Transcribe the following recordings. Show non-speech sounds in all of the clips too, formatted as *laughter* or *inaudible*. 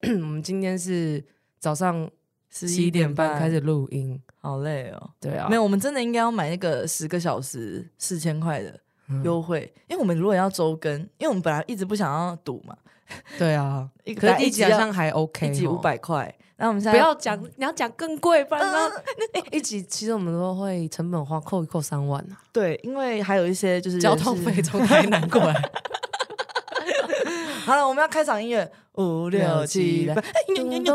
*clears throat* 我们今天是早上十十一点半开始，始录音，好累哦。对啊，没有有，我们真的应该要买那个十个小时四千块的有优惠，因为我们如果要周更，因为我们本来一直不想要赌嘛，对啊，一可本来是一集好要像还 OK，一集哦五，百块，然后我们现在不要讲，你要讲更贵，不然然后哎 *laughs* 一集其实我们都会成本花扣一扣三万啊，对，因为还有一些就是交通费。从台南过 *laughs* 来，好了，我们要开场音乐，五六七八。嗯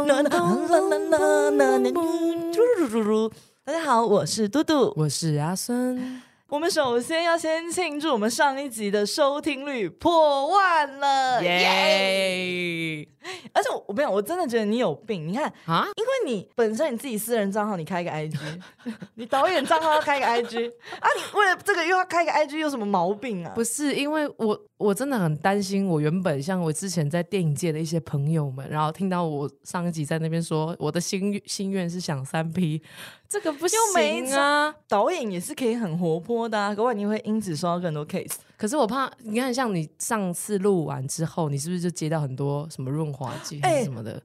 大家好，我是嘟嘟，我是阿孙，我们首先要先庆祝我们上一集的收听率破万了，耶！呃耶而且我我没有，我真的觉得你有病。你看，啊，因为你本身你自己私人账号，你开一个 IG，你 *laughs* 导演账号要开一个 IG 啊，你为了这个又要开一个 IG，有什么毛病啊？不是，因为我我真的很担心，我原本像我之前在电影界的一些朋友们，然后听到我上一集在那边说我的心愿心愿是想三 P，这个不没行啊。导演也是可以很活泼的、啊，搞不好你会因此收到更多 case。可是我怕，你看像你上次录完之后，你是不是就接到很多什么润滑剂还哎是什么的？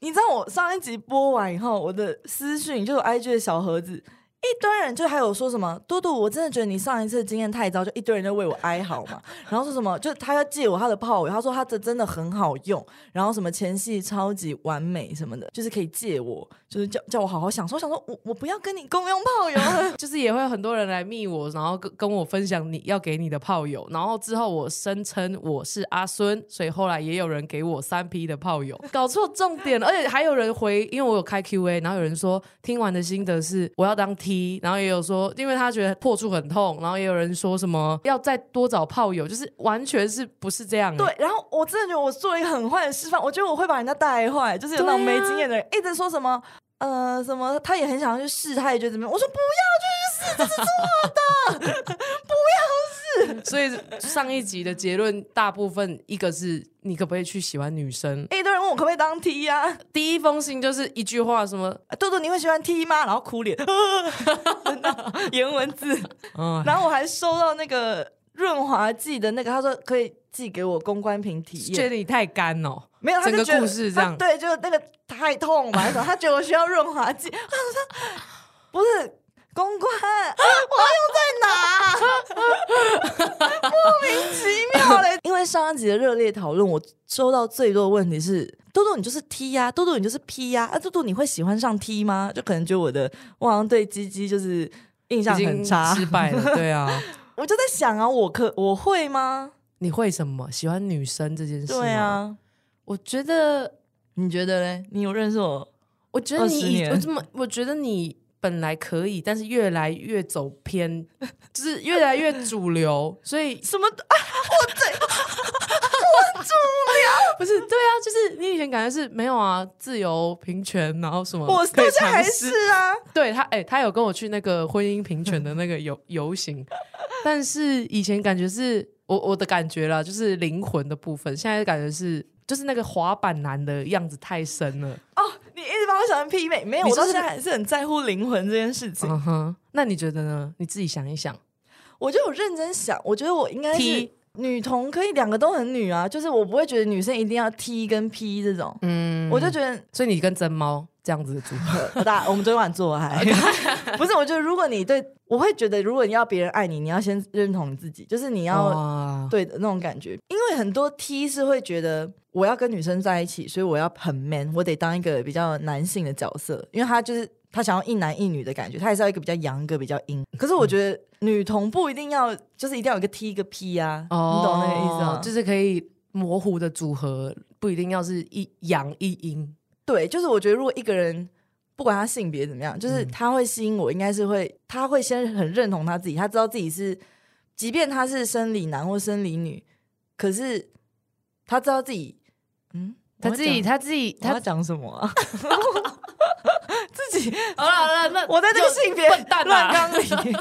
你知道我上一集播完以后，我的私讯就是我 IG 的小盒子，一堆人就还有说什么嘟嘟，我真的觉得你上一次经验太糟，就一堆人在为我哀嚎嘛。 *laughs* 然后说什么，就他要借我他的炮尾，他说他的真的很好用，然后什么前戏超级完美什么的，就是可以借我，就是叫叫我好好享受。我想说我我不要跟你共用炮友 *laughs* 了，就是也会有很多人来密我，然后跟跟我分享你要给你的炮友，然后之后我声称我是阿孙，所以后来也有人给我三 P 的炮友，搞错重点了，而且还有人回，因为我有开 Q&A，然后有人说听完的心得是我要当 T，然后也有说因为他觉得破处很痛，然后也有人说什么要再多找炮友，就是完全是不是这样、欸？对，然后我真的觉得我做了一个很坏的示范，我觉得我会把人家带坏，就是有那种对没啊经验的人、一直说什么。呃，什么？他也很想要去试，他也觉得怎么样？我说不要去试，这是所以上一集的结论大部分一个是你可不可以去喜欢女生，一堆人问我可不可以当 T 呀、啊？第一封信就是一句话什么，豆豆，你会喜欢 T 吗？然后哭脸，真 *laughs* 的颜文字。 *laughs* 嗯，然后我还收到那个润滑剂的那个，他说可以寄给我公关瓶体觉验。得你太干哦。没有，他整就个觉得故事这样他对，就是那个太痛 *laughs* 嘛，他觉得我需要润滑剂。 *laughs* 他说不是公关，啊我要用在哪？莫 *laughs* 名其妙嘞！因为上一集的热烈讨论，我收到最多的问题是：豆豆你就是 T 呀、豆豆你就是 P 呀、啊，豆豆你会喜欢上 T 吗？就可能觉得我的，我好像对鸡鸡就是印象已经很差。失败了。 *laughs* 对啊，我就在想啊，我可我会吗？你会什么？喜欢女生这件事？对，啊，我觉得，你觉得嘞？你有认识我？我觉得20你，年我这么，我觉得你本来可以，但是越来越走偏， *laughs* 就是越来越主流，所以什么？ *laughs* 不是对啊，就是你以前感觉是没有啊，自由平权，然后什么，我哦可到以现在还尝是试。啊。对他，哎、他有跟我去那个婚姻平权的那个 *laughs* 游游行，但是以前感觉是我我的感觉啦，就是灵魂的部分，现在感觉是就是那个滑板男的样子太深了。哦，你一直把我想成媲美，没有，你我就到是现在还是很在乎灵魂这件事情。嗯哼，那你觉得呢？你自己想一想。我就有认真想，我觉得我应该是 T 女同，可以两个都很女啊，就是我不会觉得女生一定要 T 跟 P 这种，嗯我就觉得所以你跟真猫这样子的组合，呃大，我们昨天晚上做爱， *laughs* 不是，我觉得如果你对，我会觉得如果你要别人爱你，你要先认同你自己，就是你 *laughs* 要哦哇，对的那种感觉。因为很多 T 是会觉得我要跟女生在一起，所以我要很 man，我得当一个比较男性的角色，因为他就是他想要一男一女的感觉，他也是要一个比较阳，一个比较阴。可是我觉得女同不一定要，就是一定要有一个 T 一个 P 啊，你懂那个意思吗？哦就就是是可以模糊的组合，不一定要是一阳一阴。对，就是我觉得如果一个人。不管他性别怎么样，嗯就是他会吸引我，应该是会，他会先很认同他自己，他知道自己是，即便他是生理男或生理女，可是他知道自己，嗯，他我要自己，讲他自己，他他要讲什 *laughs* 么啊？自己，好了好了，那我在这个性别蛋乱啊缸里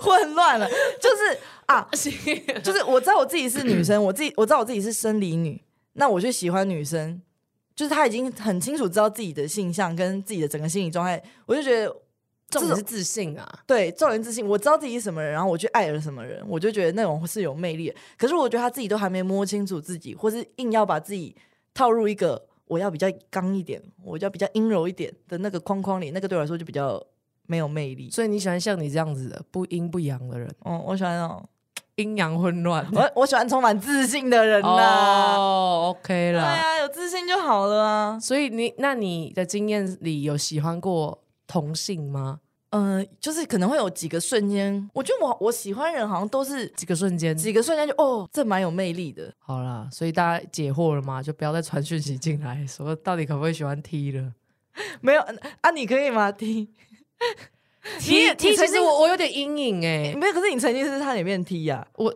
混乱了，就是啊， *laughs* 就是我知道我自己是女生，我自己我知道我自己是生理女，那我就喜欢女生，就是他已经很清楚知道自己的性向跟自己的整个心理状态，我就觉得这这种种是自信啊，对，众人自信，我知道自己是什么人，然后我去爱了什么人，我就觉得那种是有魅力的。可是我觉得他自己都还没摸清楚自己，或是硬要把自己套入一个我要比较刚一点，我就要比较阴柔一点的那个框框里，那个对我来说就比较没有魅力。所以你喜欢像你这样子的不阴不阳的人，嗯，我喜欢那种，阴阳 *laughs* 混乱。我我喜欢充满自信的人啦。哦，OK 对啦。啊，有自信就好了啊。所以你那你的经验里有喜欢过同性吗？嗯，就是可能会有几个瞬间，我觉得我我喜欢人好像都是几个瞬间？几个瞬间就哦，这蛮有魅力的。好啦，所以大家解惑了吗？就不要再传讯息进来，说到底可不可以喜欢 T 了没有啊，你可以吗？T， *laughs* ？T 你 T 其曾实经我我有点阴影哎、欸没有，可是你曾经是他里面 T 啊呀、我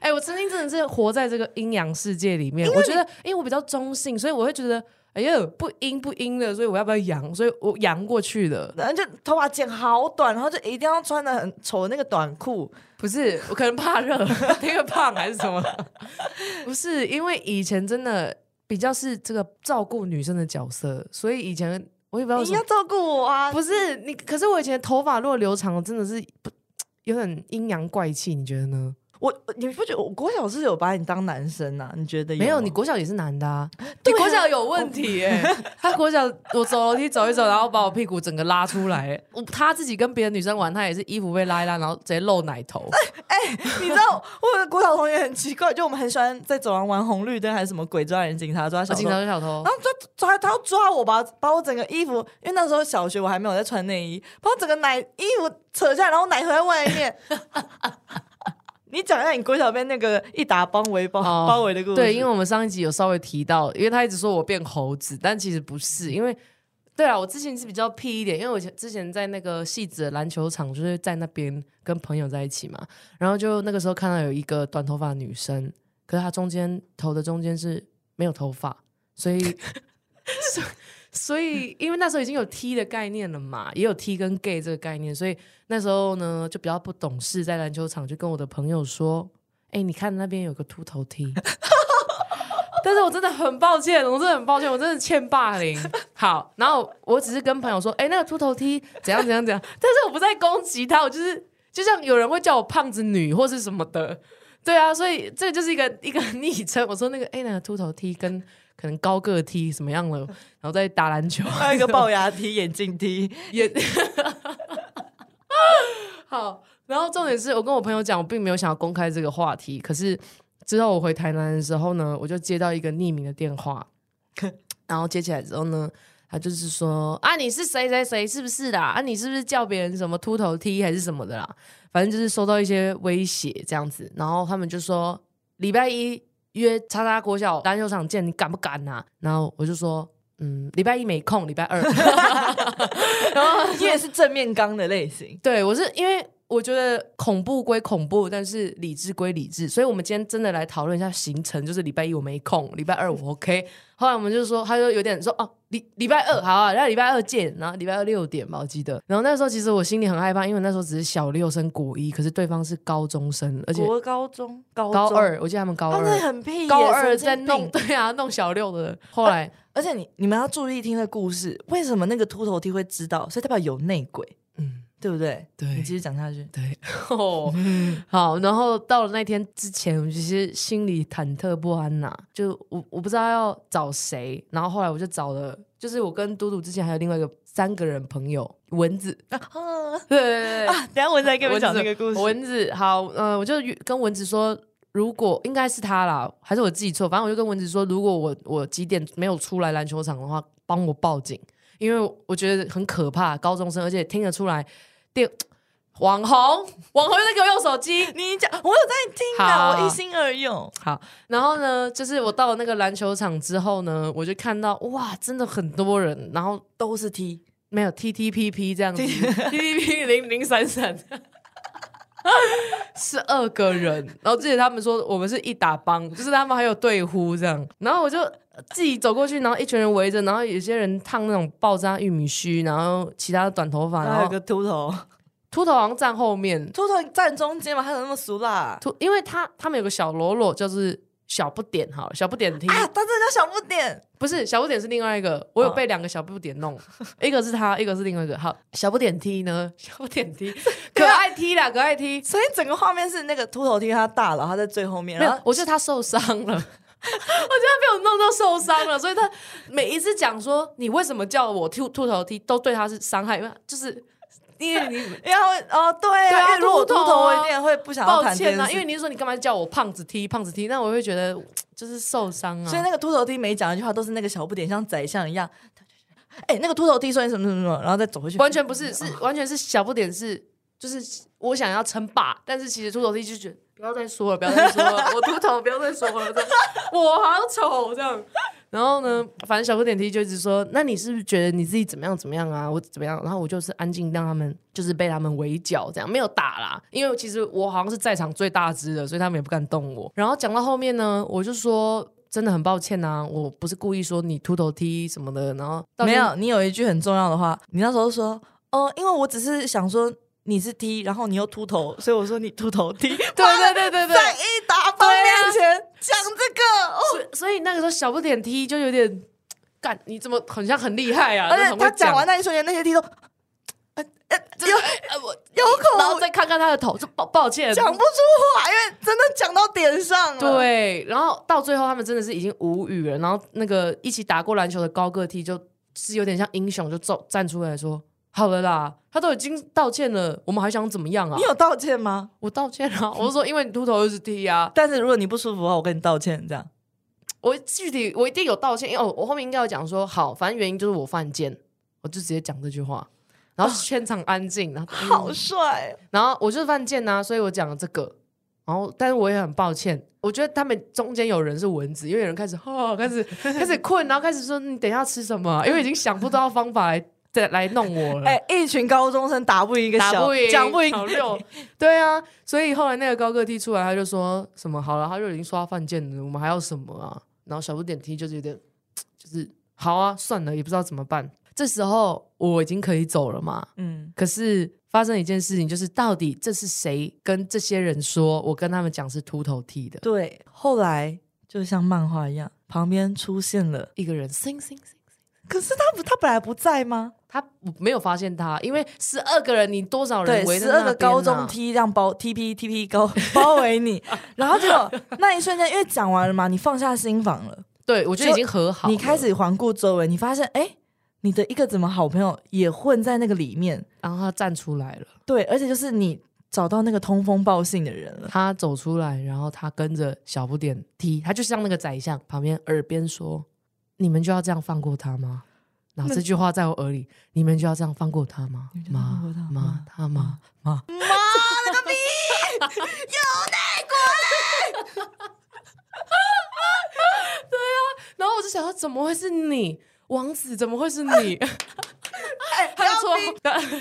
哎、我曾经真的是活在这个阴阳世界里面。我觉得，因为我比较中性，所以我会觉得，哎呦，不阴不阴的，所以我要不要阳？所以我阳过去的，然后就头发剪好短，然后就一定要穿的很丑的那个短裤，不是，我可能怕热， *laughs* 因为胖还是什么？不是，因为以前真的比较是这个照顾女生的角色，所以以前我也不知道为你什么要照顾我啊！不是你，可是我以前的头发如果留长了，真的是不有点阴阳怪气，你觉得呢？我你不觉得我国小是有把你当男生啊？你觉得没有，吗你 *laughs* 国小也是男的啊，你对啊国小有问题耶、 *laughs* 他国小我走楼梯走一走，然后把我屁股整个拉出来 *laughs* 欸、我他自己跟别的女生玩，他也是衣服被拉一拉，然后直接露奶 *laughs* 头。你知道我的国小同学很奇怪，就我们很喜欢在走廊玩红绿灯还是什么鬼抓人、警察抓小我偷经常是小偷然，后抓抓他要抓我把把我整个衣服，因为那时候小学我还没有在穿内衣，把我整个奶衣服扯下来，然后奶盒在外 *laughs* 面。你讲一下你国小被那个一打帮围包、哦包围的故事。对，因为我们上一集有稍微提到，因为他一直说我变猴子，但其实不是，因为。对啊，我之前是比较屁一点，因为我以前之前在那个戏子的篮球场，就是在那边跟朋友在一起嘛，然后就那个时候看到有一个短头发的女生，可是她中间头的中间是没有头发，所 *laughs* 以所以所以因为那时候已经有 T 的概念了嘛，也有 T 跟 gay 这个概念，所以那时候呢就比较不懂事，在篮球场就跟我的朋友说：“哎、你看那边有个秃头 *laughs* T。”但是我真的很抱歉，我真的很抱歉，我真的欠霸凌。好，然后我只是跟朋友说，哎、那个秃头 T 怎样怎样怎样，但是我不在攻击他，我就是就像有人会叫我胖子女或是什么的，对啊，所以这个就是一个一个昵称。我说那个哎、那个秃头 T 跟可能高个 T 什么样了，然后再打篮 *laughs* 球，还有一个龅牙踢、眼镜踢，也好。然后重点是我跟我朋友讲，我并没有想要公开这个话题。可是之后我回台南的时候呢，我就接到一个匿名的电话，然后接起来之后呢，他就是说啊，你是谁谁谁是不是啦？啊，你是不是叫别人什么秃头踢还是什么的啦？反正就是收到一些威胁这样子，然后他们就说礼拜一约叉叉国小篮球场见，你敢不敢呐、然后我就说。嗯，礼拜一没空，礼拜二。然后 *laughs* 你也是正面刚的类型。对，我是因为我觉得恐怖归恐怖，但是理智归理智，所以我们今天真的来讨论一下行程，就是礼拜一我没空，礼拜二我 OK。后来我们就说，他就有点说哦，礼礼拜二好啊，然后礼拜二见，然后礼拜二六点吧，我记得。然后那时候其实我心里很害怕，因为那时候只是小六升国一，可是对方是高中生，而且国高中、高高中，二，我记得他们高他们真的二。很屁耶，高二神在经病弄，对啊，弄小六的。后啊来而且你你们要注意听的故事，为什么那个秃头踢会知道？所以代表有内鬼，嗯，对不对？对你继续讲下去。对， *laughs* 哦，好，然后到了那天之前，我其实心里忐忑不安呐、就我我不知道要找谁，然后后来我就找了，就是我跟嘟嘟之前还有另外一个三个人朋友蚊 *laughs* 子， *laughs* 啊，对对对对，等一下我再跟你 *laughs* 蚊讲子那个故事。蚊子，好，呃，我就跟蚊子说，如果应该是他啦，还是我记错，反正我就跟蚊子说，如果我我几点没有出来篮球场的话，帮我报警，因为我觉得很可怕，高中生，而且听得出来，电网红，网红又在给我用手机，你讲，我有在听啊，好我一心二用。好，然后呢，就是我到了那个篮球场之后呢，我就看到哇，真的很多人，然后都是 T，没有 T T P P 这 *laughs* 样子，T T P 零零三三， *laughs* 十二个人，然后之前他们说我们是一打帮，就是他们还有队呼这样，然后我就自己走过去，然后一群人围着，然后有些人烫那种爆炸玉米须，然后其他的短头发，然然后有后个秃头，秃头好像站后面，秃头站中间嘛，他怎么那么俗啦？啊，秃，因为他他们有个小喽啰，就是小不点好了，小不点 T。啊他这叫小不点，不是小不点是另外一个，我有哦被两个小不点弄， *laughs* 一个是他，一个是另外一个。好，小不点 T 呢？ *laughs* 小不点 *laughs* T，可爱 T 啦，可爱 T。所以整个画面是那个秃头 T 他大佬，他在最后面，没然有后，我觉得他受伤了， *laughs* 被我弄到受伤了，所以他每一次讲说你为什么叫我兔兔头踢，都对他是伤害，因为就是因为你因为他会哦，对对啊因为如果秃秃头啊头，我一定会不想要抱谈这件歉事。啊，因为你是说你干嘛叫我胖子踢胖子踢，那我会觉得就是受伤啊。所以那个秃头弟每讲一句话，都是那个小不点像宰相一样。哎、那个秃头弟说你什么什么什么，然后再走回去。啊完全不是，是完全是小不点是，就是我想要称霸，但是其实秃头弟就觉得不要再说了，不要再说 *laughs* 了，我秃头不要再说了，这样我好丑这样。然后呢，反正小不点 T 就一直说，那你是不是觉得你自己怎么样怎么样啊？我怎么样？然后我就是安静让他们，就是被他们围剿这样，没有打啦，因为其实我好像是在场最大只的，所以他们也不敢动我。然后讲到后面呢，我就说真的很抱歉呐、我不是故意说你秃头 T 什么的，然后到没现有，你有一句很重要的话，你那时候说，哦、因为我只是想说你是 T，然后你又秃头，所以我说你秃头 T。对对对对对，在一达方面前讲这个，哦所以所以那个时候小不点踢就有点干，你怎么很像很厉害啊？而那且很他会讲讲完，那一瞬间，那些 T 都就是呃我有口然后再看看他的头，就抱抱歉。哦讲不出话，因为真的讲到点上了。，对，然后到最后他们真的是已经无语了，然后那个一起打过篮球的高个踢就是有点像英雄，就走站出来说：“好了啦，他都已经道歉了，我们还想怎么样啊你有道歉吗？？”我道歉啊， *laughs* 我就说因为你秃头一直踢啊，但是如果你不舒服的话，我跟你道歉。这样，我具体我一定有道歉，因为哦，我后面应该有讲说，好，反正原因就是我犯贱，我就直接讲这句话，然后全场安静，然后好帅。然后我就是犯贱呐、所以我讲了这个，然后但是我也很抱歉，我觉得他们中间有人是蚊子，因为有人开始哦，开 *laughs* 始开始困，然后开始说你等一下吃什么啊，因为已经想不到方法来 *laughs* 再来弄我了。哎、一群高中生打不赢一个打小不赢，，讲不赢小六，对啊，所以后来那个高个踢出来，他就说什么好了，他就已经说他犯贱了，我们还要什么啊？然后小不点踢就是有点，就是好啊，算了，也不知道怎么办。这时候我已经可以走了嘛， *laughs* 嗯，可是发生一件事情，就是到底这是谁跟这些人说？我跟他们讲是秃头剃的对。后来就像漫画一样，旁边出现了，一个人，星星星，可是他不，他本来不在吗？他我没有发现他，因为十二个人，你多少人对，围在那十边二啊个高中 T 让包 T P T P 高 *laughs* 包围你，然后 *laughs* 结果那一瞬间，因为讲完了嘛，你放下心防了，对我觉得已经和好了，你开始环顾周围，你发现哎、你的一个怎么好朋友也混在那个里面，然后他站出来了，对，而且就是你找到那个通风报信的人了，他走出来，然后他跟着小不点踢，他就像那个宰相旁边耳边说：“你们就要这样放过他吗？”然后这句话在我耳里，你们就要这样放过他吗你们？就要妈放过他妈吗他妈妈， *laughs* 啊然后我就想说，怎么会是你，王子？怎么会是 *laughs* 你？哎、他的绰号，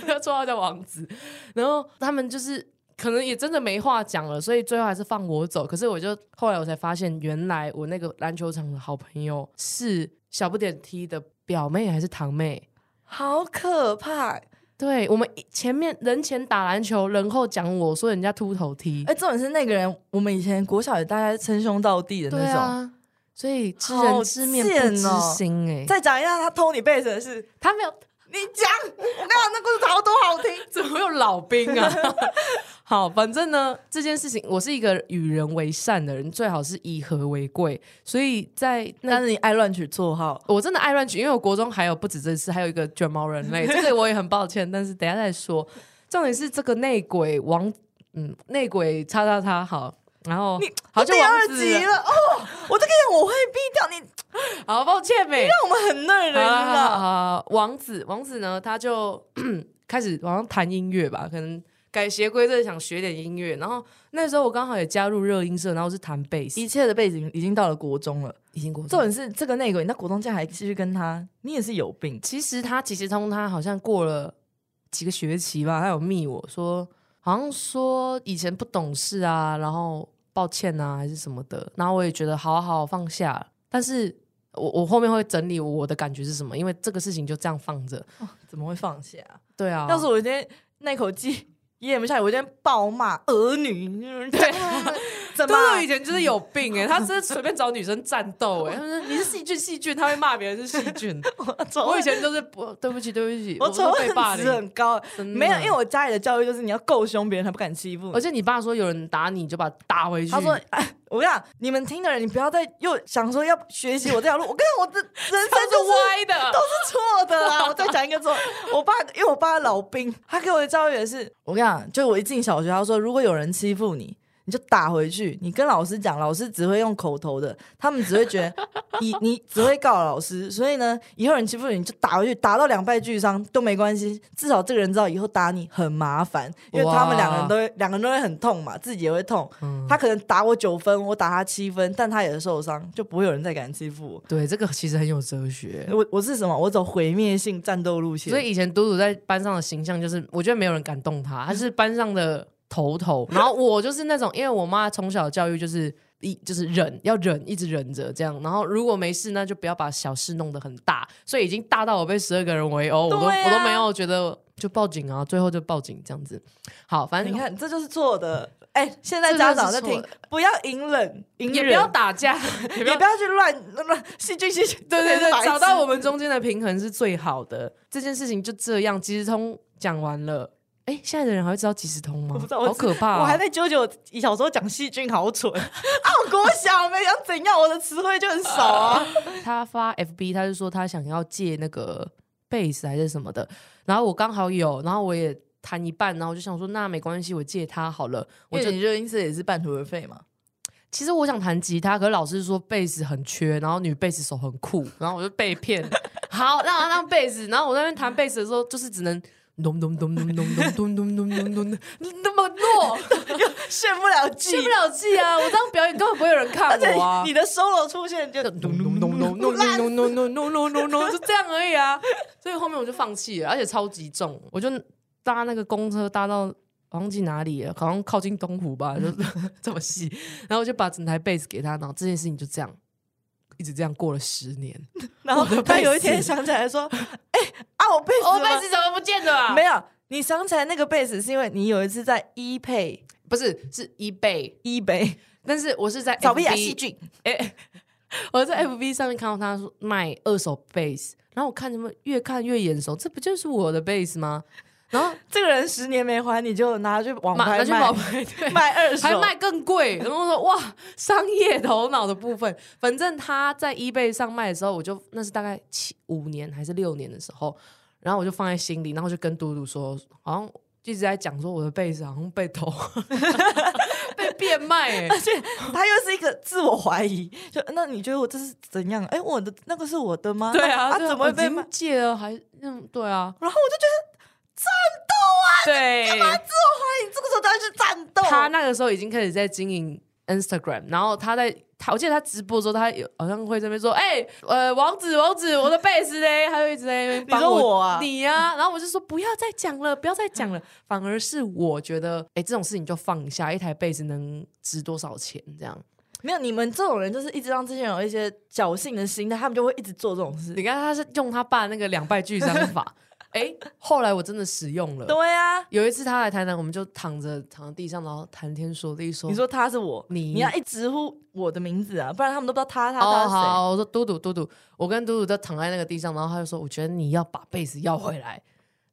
他的绰号叫王子。然后他们就是可能也真的没话讲了，所以最后还是放我走。可是我就后来我才发现，原来我那个篮球场的好朋友是小不点踢的表妹还是堂妹？好可怕。对我们一前面人前打篮球，人后讲我说人家秃头踢，哎、重点是那个人，我们以前国小也大家称兄道弟的对那种。啊。所以知人知面不知心哎、再讲一下他偷你被子的事，他没有你讲，我跟你讲，那故事好多好听。怎么有老兵啊？ *laughs* 好，反正呢，这件事情我是一个与人为善的人，最好是以和为贵。所以在但那，是你爱乱取绰号，我真的爱乱举，因为我国中还有不止这次，还有一个卷毛人 *laughs* 类，这个我也很抱歉，但是等一下再说。重点是这个内鬼王，嗯，内鬼叉叉叉好，然后好就第王二子集，了哦，我就跟你讲，我会逼掉你，好抱歉没。让我们很那人好好好了。好王子，王子呢，他就 *clears throat* 开始好像弹音乐吧，可能改邪归正，想学点音乐。然后那时候我刚好也加入热音社，然后是弹贝斯一，切的背景已经到了国中了，已经过重点是这个内鬼，那国中竟然还继续跟他，你也是有病。其实他其实通他好像过了几个学期吧，他有密我说，好像说以前不懂事啊，然后抱歉啊，还是什么的。然后我也觉得好啊好放下了，但是我我后面会整理我的感觉是什么，因为这个事情就这样放着。怎么会放下、对啊，要是我今天那口气， *laughs* 也演不下去，我今天暴骂儿女，对， *laughs* 啊怎么啊豆豆以前就是有病哎、他真是随便找女生战斗哎、他说你是细菌细菌，他会骂别人是细菌。 *laughs* 我以前就是不对不起对不起，我我仇都被霸恨值凌，嗯很高，真的没有，因为我家里的教育就是你要够凶，别人才不敢欺负你而。且你爸说有人打你，你就把他打回去。他说：“ *laughs* 哎，我跟你讲，你们听的人，你不要再又想说要学习我这条路。我跟你讲，我的人 *laughs* 他生是就是歪的，都是错的啦。我再讲一个错，我爸因为我爸老兵，他给我的教育也是，我跟你讲，就我一进小学，他说如果有人欺负你。你就打回去，你跟老师讲，老师只会用口头的，他们只会觉得你 *laughs* 你只会告老师，所以呢，以后有人欺负你，你就打回去，打到两败俱伤都没关系，至少这个人知道以后打你很麻烦，因为他们两个人都会两个人都会很痛嘛，自己也会痛，他可能打我九分，我打他七分，但他也受伤，就不会有人再敢欺负我。对，这个其实很有哲学。我我是什么？我走毁灭性战斗路线。所以以前嘟嘟在班上的形象就是，我觉得没有人敢动 *laughs* 他，他是班上的头头。然后我就是那种，因为我妈从小教育就是一就是忍，要忍，一直忍着这样。然后如果没事，那就不要把小事弄得很大。所以已经大到我被十二个人围殴，我都、对啊我都没有觉得就报警啊，最后就报警这样子。好，反正你。看，这就是错的。哎、现在这家就是长在错听的，不要隐忍，隐也忍，不要打架， *laughs* 也不也要不要去乱乱细菌细菌。对对对，白痴找到我们中间的平衡是最好的。这件事情就这样，即时通讲完了。哎，现在的人还会知道即时通吗？我不知道我好可怕、哦！我还在纠结我小时候讲细菌好蠢 *laughs* 啊！我国小没讲怎样，我的词汇就很少啊。他发 FB，他就说他想要借那个 base 还是什么的，然后我刚好有，然后我也弹一半，然后我就想说那没关系，我借他好了。我就你热音社也是半途而废 *laughs* 嘛。其实我想弹吉他，可是老师说贝斯很缺，然后女贝斯手很酷，然后我就被骗。好，让他让贝斯，然后我在那边弹贝斯的时候，就是只能咚咚咚咚咚咚咚咚咚咚咚咚那么弱，炫不了技，炫不了技啊！我这样表演根本不会有人看而且我啊你。的 solo 出现就咚咚咚咚咚咚咚咚咚咚咚咚，就这样而已啊！所以后面我就放弃了，而且超级重，我就搭那个公车搭到忘记哪里了，好像靠近东湖吧，就这么细。然后我就把整台贝斯给他，然后这件事情就这样一直这样过了十年。然后我的他有一贝斯天想起来说：“哎、啊，我被哦，贝斯怎么不见了、啊？没有。”你想起来那个贝斯是因为你有一次在 e 配不是是 eBay， e 贝但是我是在找不雅 FB 细菌，哎、我在 FB 上面看到他说卖二手贝斯，然后我看什么越看越眼熟，这不就是我的贝斯吗？然后这个人十年没还，你就拿去网马拍拿去卖，宝贝对。 *laughs* 卖二手，还卖更贵，然后我说哇，商业头脑的部分，反正他在 eBay 上卖的时候，我就那是大概七五年还是六年的时候，然后我就放在心里，然后就跟嘟嘟说，好像一直在讲说我的贝斯好像被偷， *laughs* 被变卖、 *laughs* 欸，而且他又是一个自我怀疑，就那你觉得我这是怎样？哎，我的那个是我的吗？对啊，啊对怎么会我已被经卖？借了还嗯，对啊，然后我就觉得对，自我怀疑，这个时候当然是战斗。他那个时候已经开始在经营 Instagram，然后他在他，我记得他直播的时候，他有好像会这边说，哎、呃，王子，王子，我的贝斯嘞，他就一直在那边帮你说我我啊嗯你呀、然后我就说不要再讲了，不要再讲了，反而是我觉得，哎、这种事情就放下，一台贝斯能值多少钱这样？没有你们这种人，就是一直让这些人有一些侥幸的心态，他们就会一直做这种事。你看他是用他爸那个两败俱伤法， *laughs* 哎、后来我真的使用了。对啊，有一次他来台南，我们就躺着躺在地上，然后谈天说地说，你说他是我，你你要一直呼我的名字啊，不然他们都不知道他他哦，他好，我说嘟嘟嘟嘟，我跟嘟嘟都躺在那个地上，然后他就说，我觉得你要把被子要回来。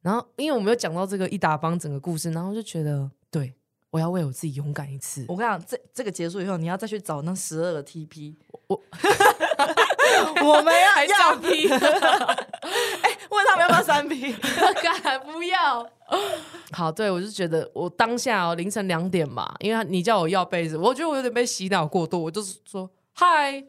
然后因为我们有讲到这个一打帮整个故事，然后就觉得对我要为我自己勇敢一次谁。。我跟你讲，这这个结束以后，你要再去找那十二个 TP。 *laughs* 我我们要要批，问他们要不要三 P。 *laughs* 敢不要？ *laughs* 好，对我就觉得我当下哦凌晨两点嘛，因为他你叫我要被子，我觉得我有点被洗脑过度，我就是说嗨，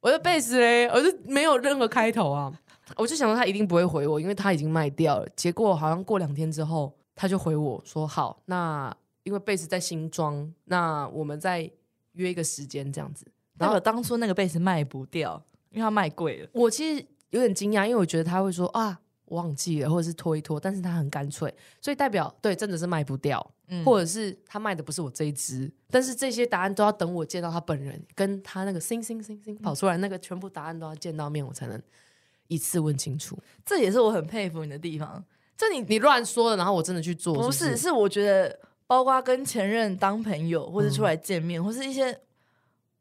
我的被子嘞，我就没有任何开头啊，我就想说他一定不会回我，因为他已经卖掉了。结果好像过两天之后，他就回我说好，那因为被子在新庄，那我们再约一个时间这样子。然后当初那个贝斯卖不掉，因为它卖贵了。我其实有点惊讶，因为我觉得他会说啊，我忘记了，或者是拖一拖，但是他很干脆，所以代表对真的是卖不掉，嗯或者是他卖的不是我这一支，但是这些答案都要等我见到他本人，跟他那个星星星嗯星跑出来那个全部答案都要见到面，我才能一次问清楚。这也是我很佩服你的地方。这你你乱说的，然后我真的去做，不是是，是我觉得，包括跟前任当朋友，或者嗯出来见面，或是一些，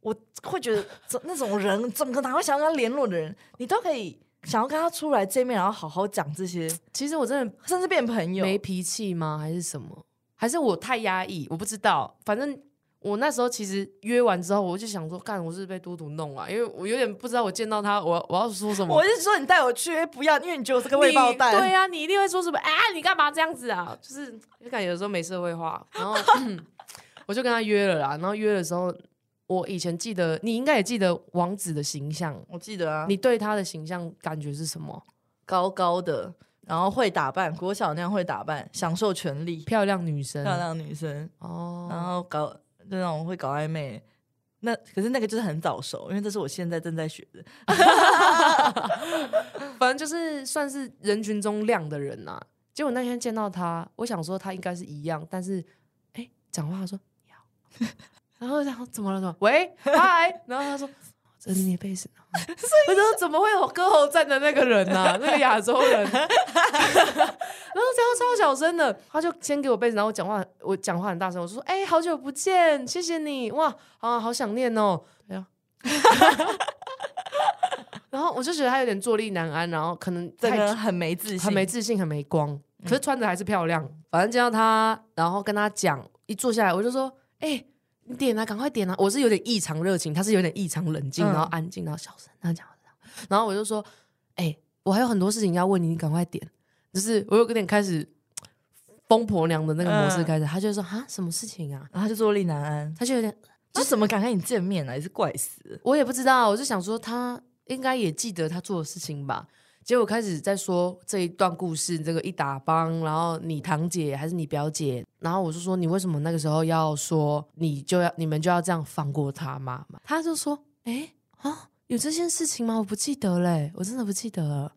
我会觉得怎那种人，怎么可能还会想要跟他联络的人，你都可以想要跟他出来见面，然后好好讲这些，其实我真的甚至变朋友。没脾气吗？还是什么？还是我太压抑？我不知道。反正我那时候其实约完之后，我就想说，干，我是不是被嘟嘟弄了、因为我有点不知道我见到他，我我要说什么。我是说你带我去，哎不要，因为你觉得我是个你未爆弹。对呀、你一定会说什么啊？你干嘛这样子啊？就是就感觉有时候没社会化，然后 *laughs* 我就跟他约了啦。然后约的时候，我以前记得，你应该也记得王子的形象，我记得啊，你对他的形象感觉是什么？高高的，然后会打扮，国小那样会打扮，享受权利，漂亮女生，漂亮女生，然哦，后搞就那种会搞暧昧。那可是那个就是很早熟，因为这是我现在正在学的。反正就是算是人群中亮的人啊呐、结果那天见到他，我想说他应该是一样，但是哎，讲话他说你好，然后然后怎么了？怎么了喂嗨，然后他说这是你的贝斯，我说怎么会有歌喉战的那个人呢、啊 *laughs* 那个亚洲人，然后这样超小声的，他就先给我被子，然后我讲话，我讲话很大声，我就说：“哎、好久不见，谢谢你，哇啊，好想念哦。”对啊，然后我就觉得他有点坐立难安，然后可能整太个人很没自信，很没自信，很没光，可是穿着还是漂亮。反正见到他，然后跟他讲，一坐下来我就说：“哎、你点啊，赶快点啊！”我是有点异常热情，他是有点异常冷静，嗯然后安静，然后小声，然后讲，然后我就说：“哎、我还有很多事情要问你，你赶快点。”就是我有点开始疯婆娘的那个模式嗯开始，他就说：“啊，什么事情啊然后他就坐立难安？”。他就有点，就怎么敢跟你见面啊？也是怪死了。我也不知道，我就想说他应该也记得他做的事情吧。结果开始在说这一段故事，这个一打帮，然后你堂姐还是你表姐，然后我就说你为什么那个时候要说你就要你们就要这样放过他妈妈？他就说，哎啊，有这件事情吗？我不记得嘞，我真的不记得了。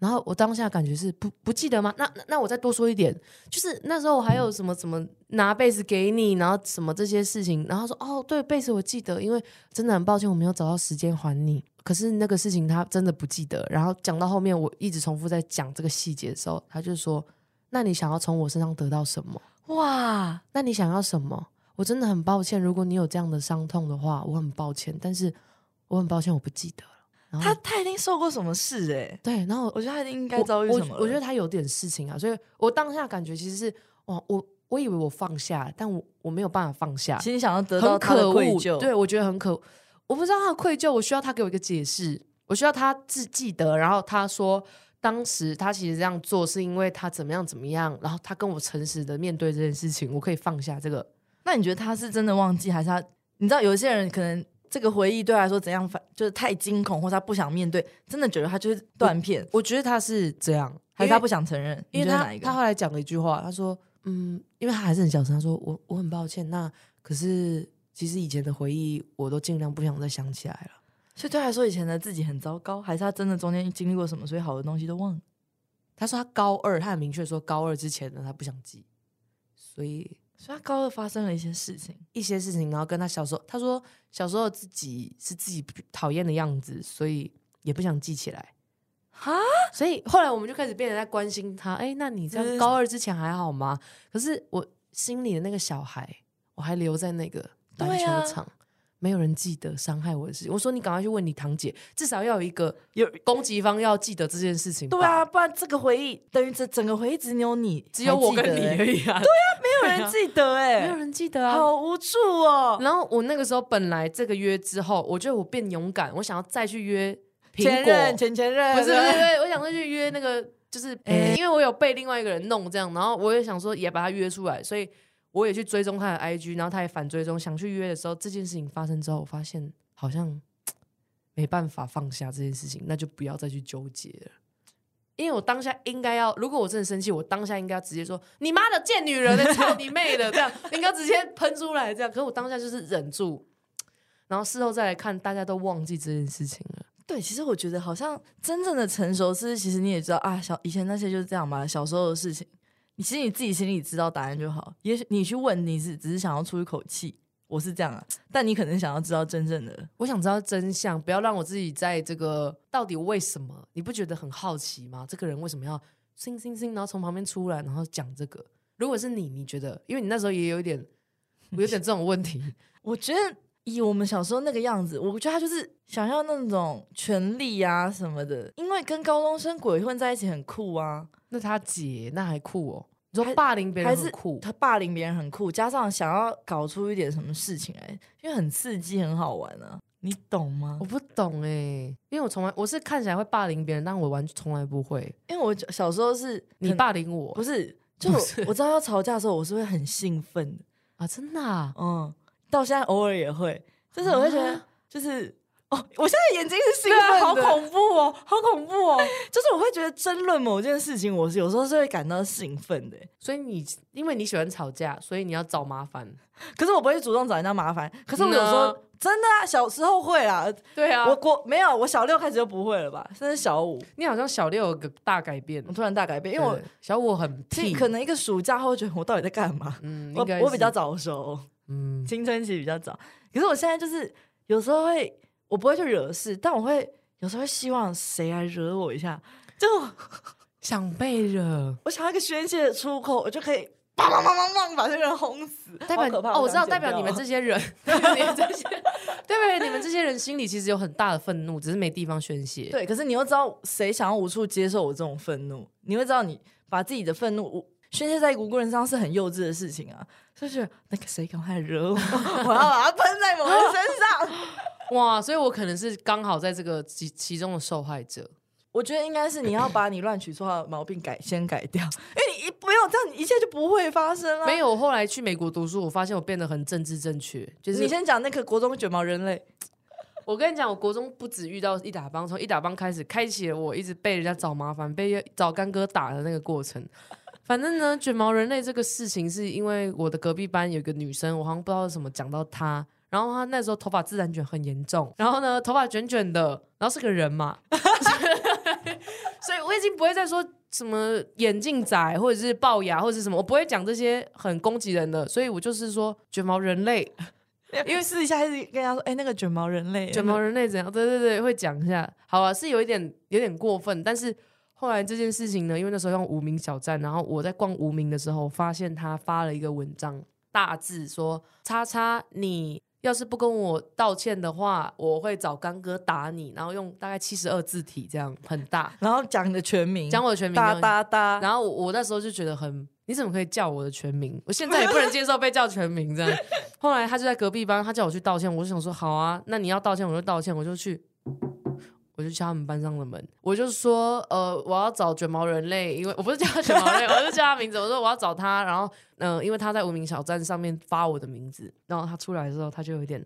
然后我当下感觉是不不记得吗？那那那我再多说一点，就是那时候我还有什么什么拿被子给你，然后什么这些事情，然后说哦对，被子我记得，因为真的很抱歉我没有找到时间还你。可是那个事情他真的不记得。然后讲到后面，我一直重复在讲这个细节的时候，他就说：“那你想要从我身上得到什么？哇，那你想要什么？我真的很抱歉，如果你有这样的伤痛的话，我很抱歉，但是我很抱歉，我不记得了。”然后他他一定受过什么事哎、对，然后我觉得他一定应该遭遇我什么我？我觉得得他有点事情啊，所以我当下感觉其实是哇，我我以为我放下，但我我没有办法放下，其实想要得到很他可的愧恶。疚，对，我觉得很可，我不知道他的愧疚，我需要他给我一个解释，我需要他自记得，然后他说。当时他其实这样做是因为他怎么样怎么样，然后他跟我诚实的面对这件事情，我可以放下这个。那你觉得他是真的忘记，还是他？你知道有些人可能这个回忆对他来说怎样反，就是太惊恐，或者他不想面对，真的觉得他就是断片，我觉得他是这样，还因为是他不想承认？因为你觉得他哪一个？他后来讲了一句话，他说：“嗯，因为他还是很小声，他说我我很抱歉，那可是其实以前的回忆我都尽量不想再想起来了。所以对他来说，以前的自己很糟糕，还是他真的中间经历过什么，所以好的东西都忘了？”他说他高二，他很明确说高二之前的他不想记，所以所以他高二发生了一些事情，一些事情，然后跟他小时候，他说小时候自己是自己讨厌的样子，所以也不想记起来。哈，所以后来我们就开始变得在关心他，哎，那你在嗯高二之前还好吗？可是我心里的那个小孩，我还留在那个篮对球啊场，没有人记得伤害我的事情。我说你赶快去问你堂姐，至少要有一个有攻击方要记得这件事情。对，啊，不然这个回忆等于这整个回忆只有你，只有我跟你而还记得欸已啊，对 *laughs* 没有人记得哎、没有人记得啊。好无助哦。然后我那个时候本来这个约之后，我觉得我变勇敢，我想要再去约苹前果任，，前前任，不是不是，不是我想再去约那个，就是、哎因为我有被另外一个人弄这样，然后我也想说也把他约出来，所以我也去追踪他的 IG，然后他也反追踪。想去约的时候，这件事情发生之后，我发现好像没办法放下这件事情，那就不要再去纠结了。因为我当下应该要，如果我真的生气，我当下应该要直接说“你妈的贱女人、欸，操你妹的”这样，应该直接喷出来这样。可是我当下就是忍住，然后事后再来看，大家都忘记这件事情了。对，其实我觉得好像真正的成熟是，其实你也知道啊，小以前那些就是这样吧，小时候的事情，你其实你自己心里知道答案就好。也许你去问，你是只是想要出一口气，我是这样啊，但你可能想要知道真正的。我想知道真相，不要让我自己在这个到底为什么？你不觉得很好奇吗？这个人为什么要星星星，然后从旁边出来，然后讲这个。如果是你，你觉得，因为你那时候也有一点，我有点这种问题，我觉得以我们小时候那个样子，我觉得他就是想要那种权利啊什么的，因为跟高中生鬼混在一起很酷啊， *laughs* 那他姐那还酷哦。你说还霸凌别还人是很酷，他霸凌别人很酷，加上想要搞出一点什么事情来，因为很刺激，很好玩啊，你懂吗我？不懂哎、因为我从来我是看起来会霸凌别人，但我完全从来不会。因为我小时候是你很霸凌我不是，就我我知道要吵架的时候，我是会很兴奋的，啊，真的、啊？嗯，到现在偶尔也会，就是我会觉得啊就是。哦，我现在眼睛是兴对啊奋的， *laughs* 好恐怖哦，好恐怖哦！就是我会觉得争论某件事情，我是有时候是会感到兴奋的， *laughs* 欸所以你因为你喜欢吵架，所以你要找麻烦。可是我不会主动找人家麻烦。可是我有时候呢真的啊，小时候会啦，对嗯啊我国没有，我小六开始就不会了吧，甚至小五，你好像小六有个大改变我，突然大改变，因为我对小五很这屁，可能一个暑假后觉得我到底在干嘛？嗯，我应该我比较是早熟，嗯，青春期比较早，可是我现在就是有时候会，我不会去惹事，但我会有时候会希望谁来惹我一下，就想被惹，我想要一个宣泄的出口，我就可以砰砰砰砰砰把这个人轰死，代表好可怕哦，我知道，代表你们。想这些人， *laughs* 代表你们这些，代表你们这些人心里其实有很大的愤怒，只是没地方宣泄。剪掉 *laughs* 对，可是你又知道谁想要无处接受我这种愤怒，你会知道你把自己的愤怒无宣泄在无辜人身上是很幼稚的事情啊，就是那个谁赶快惹我， *laughs* 我要把它喷在某人身上。哇，所以我可能是刚好在这个其其中的受害者。我觉得应该是你要把你乱取绰号的毛病改先改掉，因为你一没有这样，你一切就不会发生啊了、没，有，我后来去美国读书，我发现我变得很政治正确，就是你先讲那个国中卷毛人类，我跟你讲，我国中不止遇到一打帮，从一打帮开始，开启了我一直被人家找麻烦、被找干哥打的那个过程。反正呢，卷毛人类这个事情，是因为我的隔壁班有一个女生，我好像不知道什么讲到她，然后她那时候头发自然卷很严重，然后呢头发卷卷的，然后是个人嘛， *laughs* 所以我已经不会再说什么眼镜仔或者是龅牙或者是什么，我不会讲这些很攻击人的，所以我就是说卷毛人类，因为私底下一直跟人家说，哎、那个卷毛人类，卷毛人类怎样？对对对，会讲一下。好啊，是有一点有点过分，但是后来这件事情呢，因为那时候用无名小站，然后我在逛无名的时候，发现他发了一个文章，大致说：“叉叉，你要是不跟我道歉的话，我会找干哥打你。”然后用大概七十二字体，这样很大，然后讲你的全名，讲我的全名。哒然后哒哒，然后我我那时候就觉得很，你怎么可以叫我的全名？我现在也不能接受被叫全名这样。后来他就在隔壁班，他叫我去道歉，我就想说好啊，那你要道歉我就道歉，我就去，我就敲他们班上的门，我就说呃我要找卷毛人类，因为我不是叫他卷毛人类，我就叫他名字，我说我要找他，然后嗯、呃因为他在无名小站上面发我的名字，然后他出来的时候他就有一点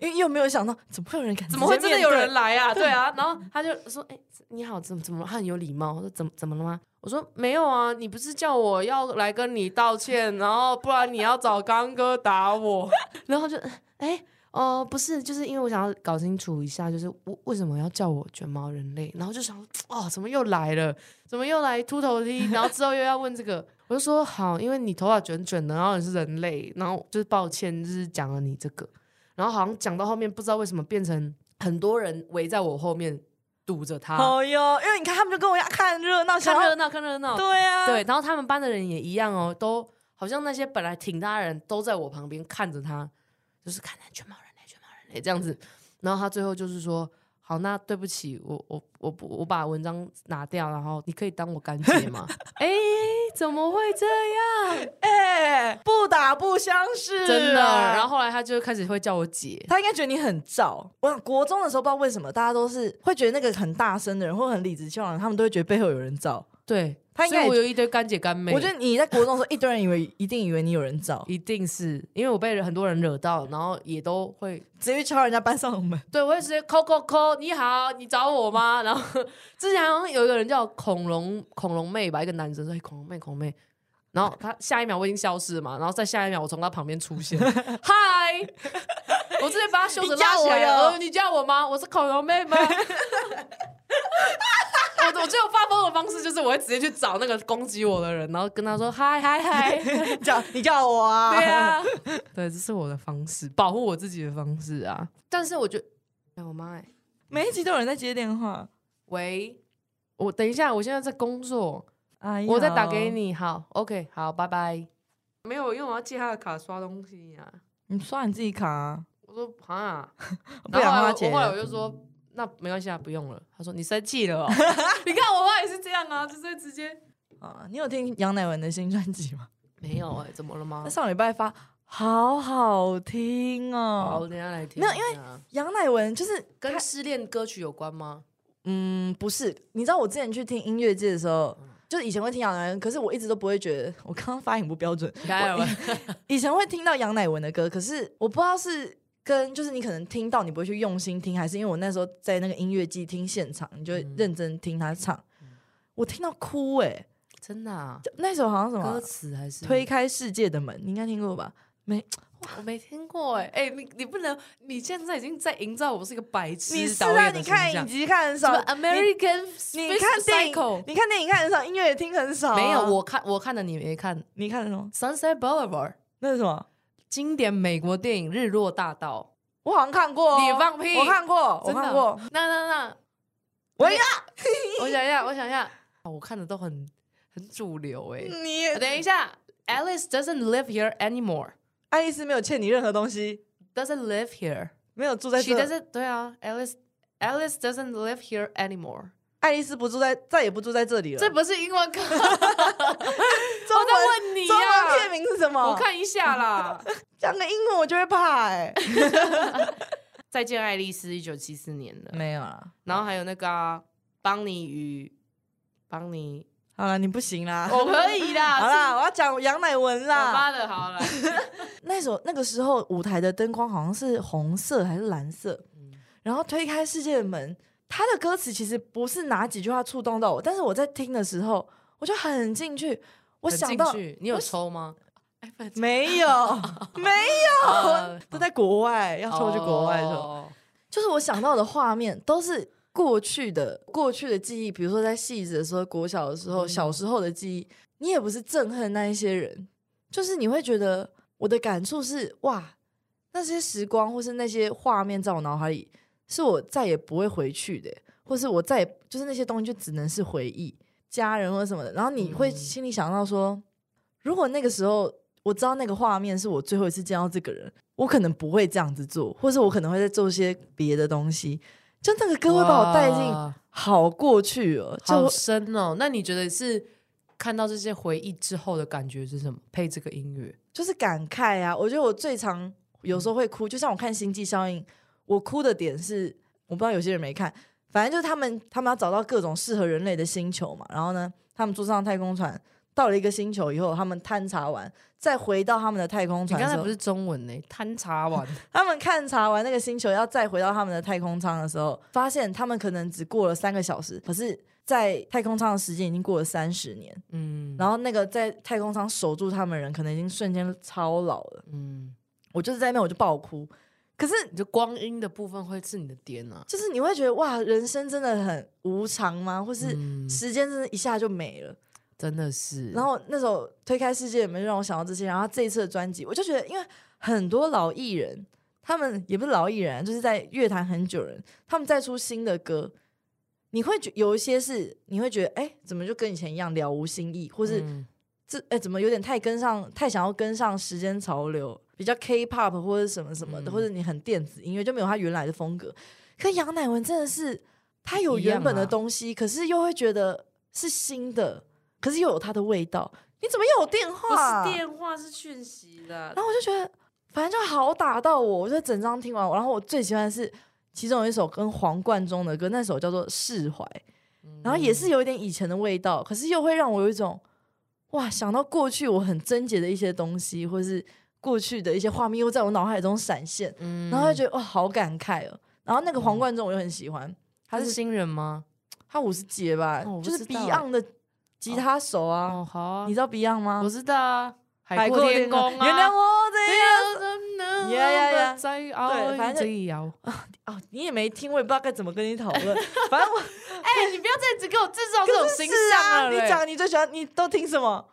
因为又没有想到，怎么会有人敢？怎么会真的有人？来啊？对啊，然后他就说：“哎、你好，怎么怎么了？”他很有礼貌，我说：“怎么怎么了吗？”我说：“没有啊，你不是叫我要来跟你道歉，然后不然你要找刚哥打我。”然后就哎。哦、不是，就是因为我想要搞清楚一下，就是我为什么要叫我卷毛人类，然后就想说，哦，怎么又来了？怎么又来秃头踢？然后之后又要问这个， *laughs* 我就说好，因为你头发卷卷的，然后你是人类，然后就是抱歉，就是讲了你这个，然后好像讲到后面，不知道为什么变成很多人围在我后面堵着他，哦哟，因为你看他们就跟我一样看热闹，啊看想要热闹，看热闹。对 *laughs* 啊，对，然后他们班的人也一样哦，都好像那些本来挺他的人都在我旁边看着他，就是看他全毛人类，全毛人类这样子。然后他最后就是说：“好，那对不起，我我我不我把文章拿掉，然后你可以当我干姐 *laughs* 吗？”哎，怎么会这样？哎、不打不相识啊，真的。然后后来他就开始会叫我姐，他应该觉得你很燥。我想国中的时候不知道为什么，大家都是会觉得那个很大声的人或很理直气壮的人，他们都会觉得背后有人燥。对，他应所以该也我有一堆干姐干妹。我觉得你在国中的时候，一堆人以为一定以为你有人燥，一定是因为我被很多人惹到，然后也都会直接去敲人家班上的门。 *laughs* 对我会直接扣扣扣，你好，你找我吗？ *laughs* 然后之前好像有一个人叫恐龙恐龙妹吧，一个男生说、哎恐龙妹恐龙妹，然后他下一秒我已经消失了嘛，然后再下一秒我从他旁边出现，嗨， *laughs* 我直接把他袖子拉起来你叫我哟哦你叫我吗？我是恐龙妹吗？ *laughs* 我我最有发疯的方式就是我会直接去找那个攻击我的人，然后跟他说嗨嗨嗨。叫你叫我啊？ *laughs* 对，啊，对，这是我的方式，保护我自己的方式啊。但是我觉得，哎，我妈、哎，每一集都有人在接电话喂，我等一下，我现在在工作，哎呦我再打给，你。好，OK，好，拜拜。没有，因为我要借他的卡刷东西呀、你刷你自己卡啊，我说啊，不然后后来想花我钱啊嗯后。来我就说，那没关系啊，不用了。他说你生气 *laughs* 了、哦，你看我妈也是这样啊，就是直接啊，你有听杨乃文的新专辑吗？ *laughs* 没有哎、怎么了吗他？上礼拜发，好好听好，我哦。等一下来听一没下。有因为杨乃文就是跟失恋歌曲有关 *laughs* 吗？嗯，不是，你知道我之前去听音乐界的时候，嗯就是以前会听杨乃文，可是我一直都不会觉得，我刚刚发音不标准。加油！以前会听到杨乃文的歌，可是我不知道是跟就是你可能听到你不会去用心听，还是因为我那时候在那个音乐季听现场，你就会嗯认真听他唱，我听到哭哎、真的、 *laughs* 啊，就那首好像什么歌啊词还是推？开世界的门，你应该听过吧？没，我没听过哎、哎、你你不能，你现在已经在营造我是一个白痴你是导啊？演的你形看影象。集看很什少么，American？你你看电 Psycho 影，你看电影看很少，音乐也听很少啊、没有，我看我看的你没看《你看什么？ Sunset Boulevard》那是什么？经典美国电影《日落大道我好像看过、哦，你放屁我看过，》。我真的看过，。那那那，我呀，我想一下，我想一下，哦我看的都很很主流哎、你等一下，Alice doesn't live here anymore. 爱丽丝没有欠你任何东西， Doesn't live here. 没有住在 She 这， doesn't. 对啊，Alice Alice doesn't live here anymore. 爱丽丝不住在，再也不住在这里了。这不是英文 *laughs* 歌，我在问你中文呀、片哦名是什么？我看一下啦。讲个英文我就会怕哎、再见，爱丽丝，一九七四年的。没有啦，然后还有那个、啊、邦尼与邦 *laughs* 尼，好了，你不行啦。我可以啦，哦好啦，我要讲杨乃文是我啦。妈的好了。那首那个时候舞台的灯光好像是红色还是蓝色，嗯然后推开世界的门，他的歌词其实不是哪几句话触动到我，但是我在听的时候我就很进去， *laughs* 我我想到你有抽吗？ *laughs* 没有，没有啊，都在国外，要抽去国外的时候，哦就是我想到的画面都是过去的过去的记忆，比如说在戏子的时候、国小的时候、嗯小时候的记忆，你也不是憎恨那一些人，就是你会觉得我的感触是哇，那些时光或是那些画面在我脑海里，是我再也不会回去的，或是我再也就是那些东西就只能是回忆，家人或者什么的，然后你会嗯心里想到说，如果那个时候我知道那个画面是我最后一次见到这个人，我可能不会这样子做，或是我可能会再做些别的东西。就那个歌会把我带进哇好过去哦，好就深哦。那你觉得是看到这些回忆之后的感觉是什么？配这个音乐，就是感慨啊。我觉得我最常有时候会哭，就像我看《星际效应》，我哭的点是我不知道有些人没看，反正就是他们他们要找到各种适合人类的星球嘛。然后呢，他们坐上太空船到了一个星球以后，他们探查完，再回到他们的太空你船刚的才时候不，是中文呢？贪茶 *laughs* 碗他们勘察完那个星球，要再回到他们的太空舱的时候，发现他们可能只过了三个小时，可是，在太空舱的时间已经过了三十年。嗯，然后那个在太空舱守住他们的人，可能已经瞬间超老了。嗯，我就是在那边我就爆哭，可是你就光阴的部分会是你的点啊，就是你会觉得哇，人生真的很无常吗？或是嗯时间真的一下就没了？真的是。然后那首推开世界的门就让我想到这些，然后这一次的专辑，我就觉得，因为很多老艺人，他们也不是老艺人啊，就是在乐坛很久人，他们再出新的歌，你会觉有一些是你会觉得，哎，怎么就跟以前一样了无新意，或不是、这哎怎么有点太跟上，太想要跟上时间潮流，比较 K-pop 或者什么什么的，嗯或者你很电子音乐就没有他原来的风格。可杨乃文真的是，他有一样原本的啊东西，可是又会觉得是新的，可是又有他的味道。你怎么又有电不话？是。电话是讯息的然，后我就觉得，反正就好打到我。我就整张听完，然后我最喜欢的是其中有一首跟黄贯中的歌，那首叫做《释怀》。嗯然后也是有一点以前的味道，可是又会让我有一种哇，想到过去我很贞洁的一些东西，或是过去的一些画面又在我脑海中闪现，嗯然后就觉得哇，好感慨哦。然后那个黄贯中我又很喜欢，他他嗯是是新人吗？他五十几了吧，哦我不就是知道哎 Beyond 的吉他手啊，哦，好啊你，知道 Beyond 我吗？知道啊，海阔天空啊，原谅我对这样。呀，呀呀呀再对反熬，正再熬。哦，你也没听，我也不知道该怎么跟你讨 *laughs* 论。反正我 *laughs* 哎，你不要再只给我制造这种形是啊，象了你嘞。讲你最喜欢，你都听什么？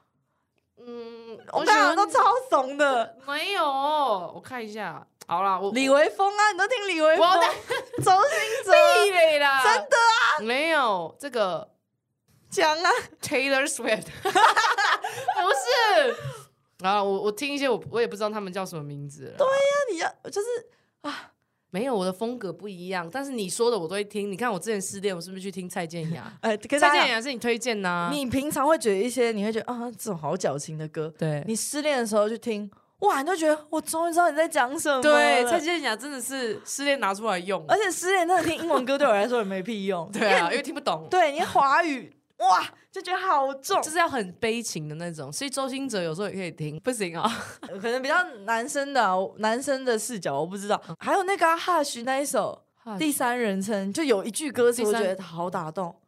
嗯，我喜刚欢刚都超怂的。没有，我看一下。好啦，我李维峰啊，你都听李维峰我的、 *laughs* 周兴哲，地嘞啦，真的没有这个讲啊， Taylor *laughs* Swift，不是。然后我我听一些我我也不知道他们叫什么名字了，对，那你要就是没有我的风格不一样，但是你说的我都会听。你看我之前失恋，我是不是去听蔡健雅？呃， *laughs* 跟蔡大健家雅是你推荐呐、讲，你平常会觉得一些，你会觉得啊，这种好矫情的歌，对你失恋的时候去听，哇，你就觉得我终于知道你在讲什么了。对蔡健雅真的是失恋拿出来用，而且失恋真的听英文歌对我来说也没屁 *laughs* 用。对啊，因为听不懂，对，你华语哇就觉得好重就，是要很悲情的那种。所以周兴哲有时候也可以听，不行啊、可能比较男生的啊、我男生的视角我不知道。嗯还有那个、啊、Hush 那一首第三人称，就有一句歌嗯词第我三觉得好打动。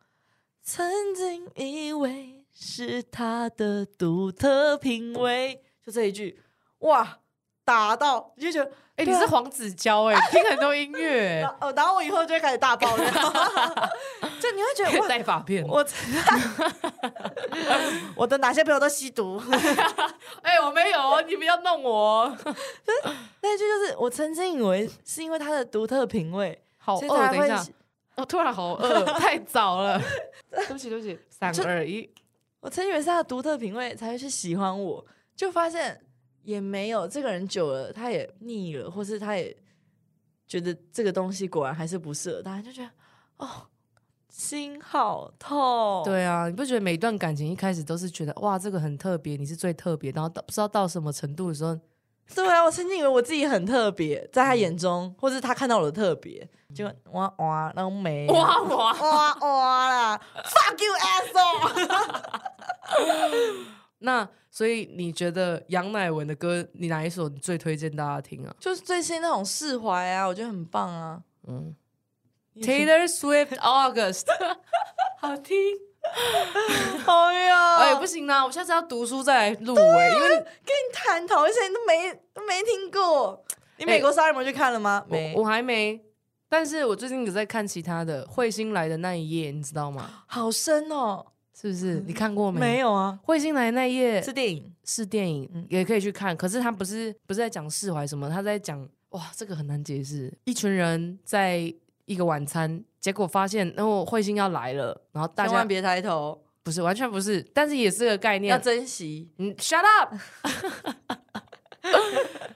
曾经以为是他的独特品味，就这一句，哇，打到你就觉得，哎、哎你是黄子佼哎、听很多音乐、然后呃然后我以后就会开始大爆 *laughs* 料， *laughs* 就你会觉得可以哇，带发片，啊我 *laughs* 我的哪些朋友都吸毒？ *laughs* 哎、我没有哦，你不要弄我哦，那一句就是我曾经以为是因为他的独特品味，好所以饿，他等一会下喜。我哦突然好饿，太早 *laughs* 了。对不起，对不起，三就二一，我曾以为是他的独特品味才会去喜欢我，就发现也没有。这个人久了，他也腻了，或是他也觉得这个东西果然还是不适合他，就觉得哦，心好痛。，对啊，你不觉得每段感情一开始都是觉得哇，这个很特别，你是最特别，然后到不知道到什么程度的时候，对啊，我曾经以为我自己很特别，在他眼中，或是他看到我的特别，结果哇嗯哇，然后没 *laughs* 有哇哇，哇哇啦，fuck you asshole！那所以你觉得杨乃文的歌，你哪一首你最推荐大家听啊？就是最新那种释怀啊，我觉得很棒啊。嗯你听，Taylor Swift August，好听。 *laughs* 哎呀，哎，不行啦，我下次要读书再来录哎，因为跟你探讨一些你都没都没听过。你美国杀人魔去看了吗？没哎我，我还没，但是我最近有在看其他的《彗星来的那一夜》，你知道吗？好深哦，是不是？你看过没？哎没有啊，彗星来的那一夜是是电影是电影，嗯也可以去看。可是他不是不是在讲释怀什么，他在讲哇，这个很难解释。一群人在一个晚餐，结果发现，然、后彗星要来了，然后大千家万别抬头，不是完全不是，但是也是个概要念。珍惜。嗯，shut up 。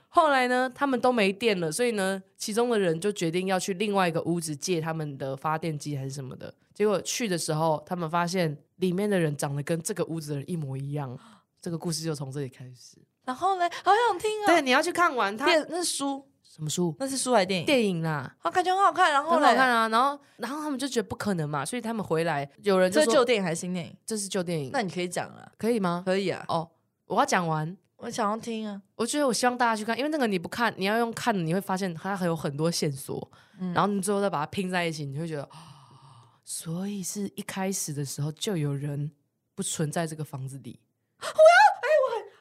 后来呢，他们都没电了，所以呢，其中的人就决定要去另外一个屋子借他们的发电机还是什么的。结果去的时候，他们发现里面的人长得跟这个屋子的人一模一样。这个故事就从这里开始。然后呢，好想听对，啊！你要去看完它电那是书，什么书？那是书还是电影？电影啦，好，感觉很好看。然很后好呢？看啊。然后，然后他们就觉得不可能嘛，所以他们回来，有人就这是旧说电影还是新电影？这是旧电影，那你可以讲啊，可以吗？可以啊，哦，我要讲完。我想要听啊。我觉得我希望大家去看，因为那个你不看，你要用看的，你会发现它还有很多线索，嗯然后你最后再把它拼在一起，你会觉得，啊所以是一开始的时候就有人不存在这个房子里。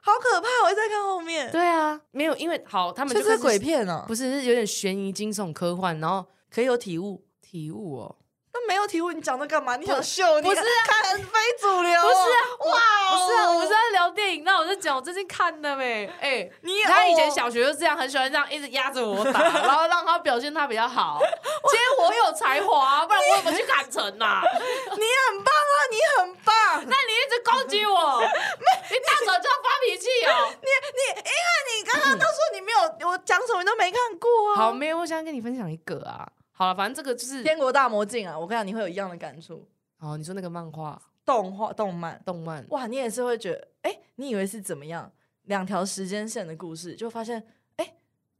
好可怕！我一直在看后面，对啊，没有，因为好，他们这就是是鬼，片哦。不是是有点悬疑、惊悚、科幻，然后可以有体悟，体悟哦。那没有体悟你讲的干嘛？你想秀？你不是啊看非主流哦？不是啊哇不哦，是啊，我是在聊电影，那我在讲我最近看的呗。哎、你他以前哦小学就这样，很喜欢这样一直压着我打，然后让他表现他比较 *laughs* 好。今天我有才华，不然我怎么去砍城啊？你很棒啊，你很棒，那你一直攻击我，你大早就要发脾气哦。你你，因为你刚刚都说你没有，我讲什么你都没看过 *laughs* 啊。好，，没有，我想跟你分享一个啊。好了，反正这个就是天国大魔镜啊，我跟你讲，你会有一样的感触。哦，你说那个漫画、动画、动漫，动漫，哇，你也是会觉得，哎、你以为是怎么样？两条时间线的故事，就发现，哎、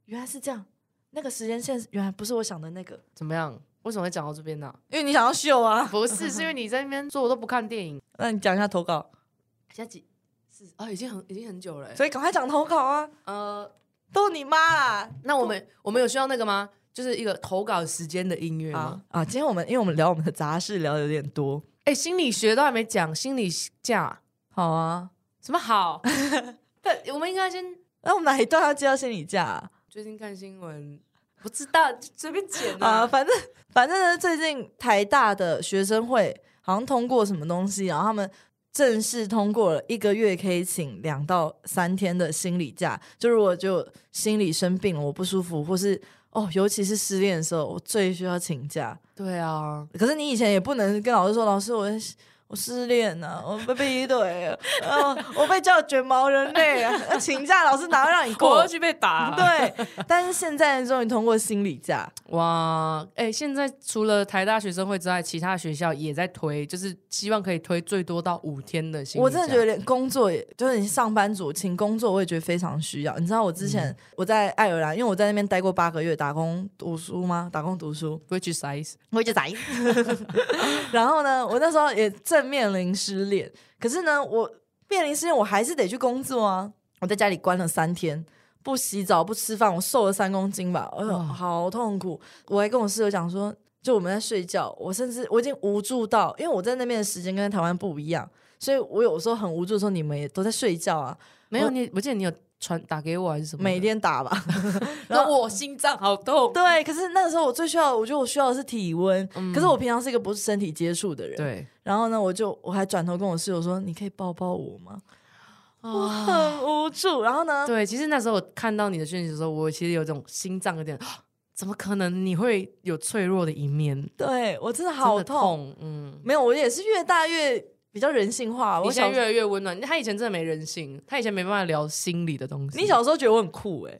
原来是这样。那个时间线原来不是我想的那个，怎么样？为什么会讲到这边呢、因为你想要秀啊。不是，是因为你在那边说我都不看电影。那你讲一下投稿， *laughs* 现在几？是啊、已经很已经很久了欸、所以赶快讲投稿啊！呃，都你妈啊啦！那我哦们我们有需要那个吗？就是一个投稿时间的音乐啊吗？啊！今天我们因为我们聊我们的杂事聊的有点多，哎、心理学都还没讲，心理价好啊。什么 *laughs* 好？对，我们应该先那我们哪一段要接到心理价、啊？最近看新闻，不知道就随便剪啊、啊。反正反正呢，最近台大的学生会好像通过什么东西，然后他们正式通过了一个月可以请两到三天的心理假，就如果就心理生病了，我不舒服，或是哦，尤其是失恋的时候，我最需要请假。对啊，可是你以前也不能跟老师说，老师我我失恋了，我被劈腿了，啊我被叫卷毛人类了，啊请假老师哪会让你我过要？去被打。，对，但是现在终于通过心理假， *laughs* 哇，哎、现在除了台大学生会之外，其他学校也在推，就是希望可以推最多到五天的心理假。我真的觉得连工作也，就是你上班族请工作，我也觉得非常需要。你知道我之嗯前我在爱尔兰，因为我在那边待过八个月打工读书吗？打工读书， which is size 我 *laughs* 就咋 *laughs* 然后呢，我那时候也正面临失恋，可是呢，我面临失恋，我还是得去工作啊。我在家里关了三天，不洗澡不吃饭，我瘦了三公斤吧，哎呦，哇好痛苦。我还跟我室友讲说，就我们在睡觉，我甚至我已经无助到，因为我在那边的时间跟台湾不一样，所以我有时候很无助的时候，你们也都在睡觉啊，没有我你，我记得你有传打给我还是什么的？每天打吧。 *laughs* 然然后后我心脏好痛。对，可是那个时候我最需要的，我觉得我需要的是体温，嗯可是我平常是一个不是身体接触的人，对，然后呢，我就我还转头跟我室友说：“你可以抱抱我吗？”我啊，很无助。然后呢，对，其实那时候我看到你的讯息的时候，我其实有一种心脏有点，啊怎么可能你会有脆弱的一面？对我真的真好的痛。痛，嗯。没有，我也是越大越比较人性化。你我现在小越来越温暖。他以前真的没人性，他以前没办法聊心理的东西。你小时候觉得我很酷哎、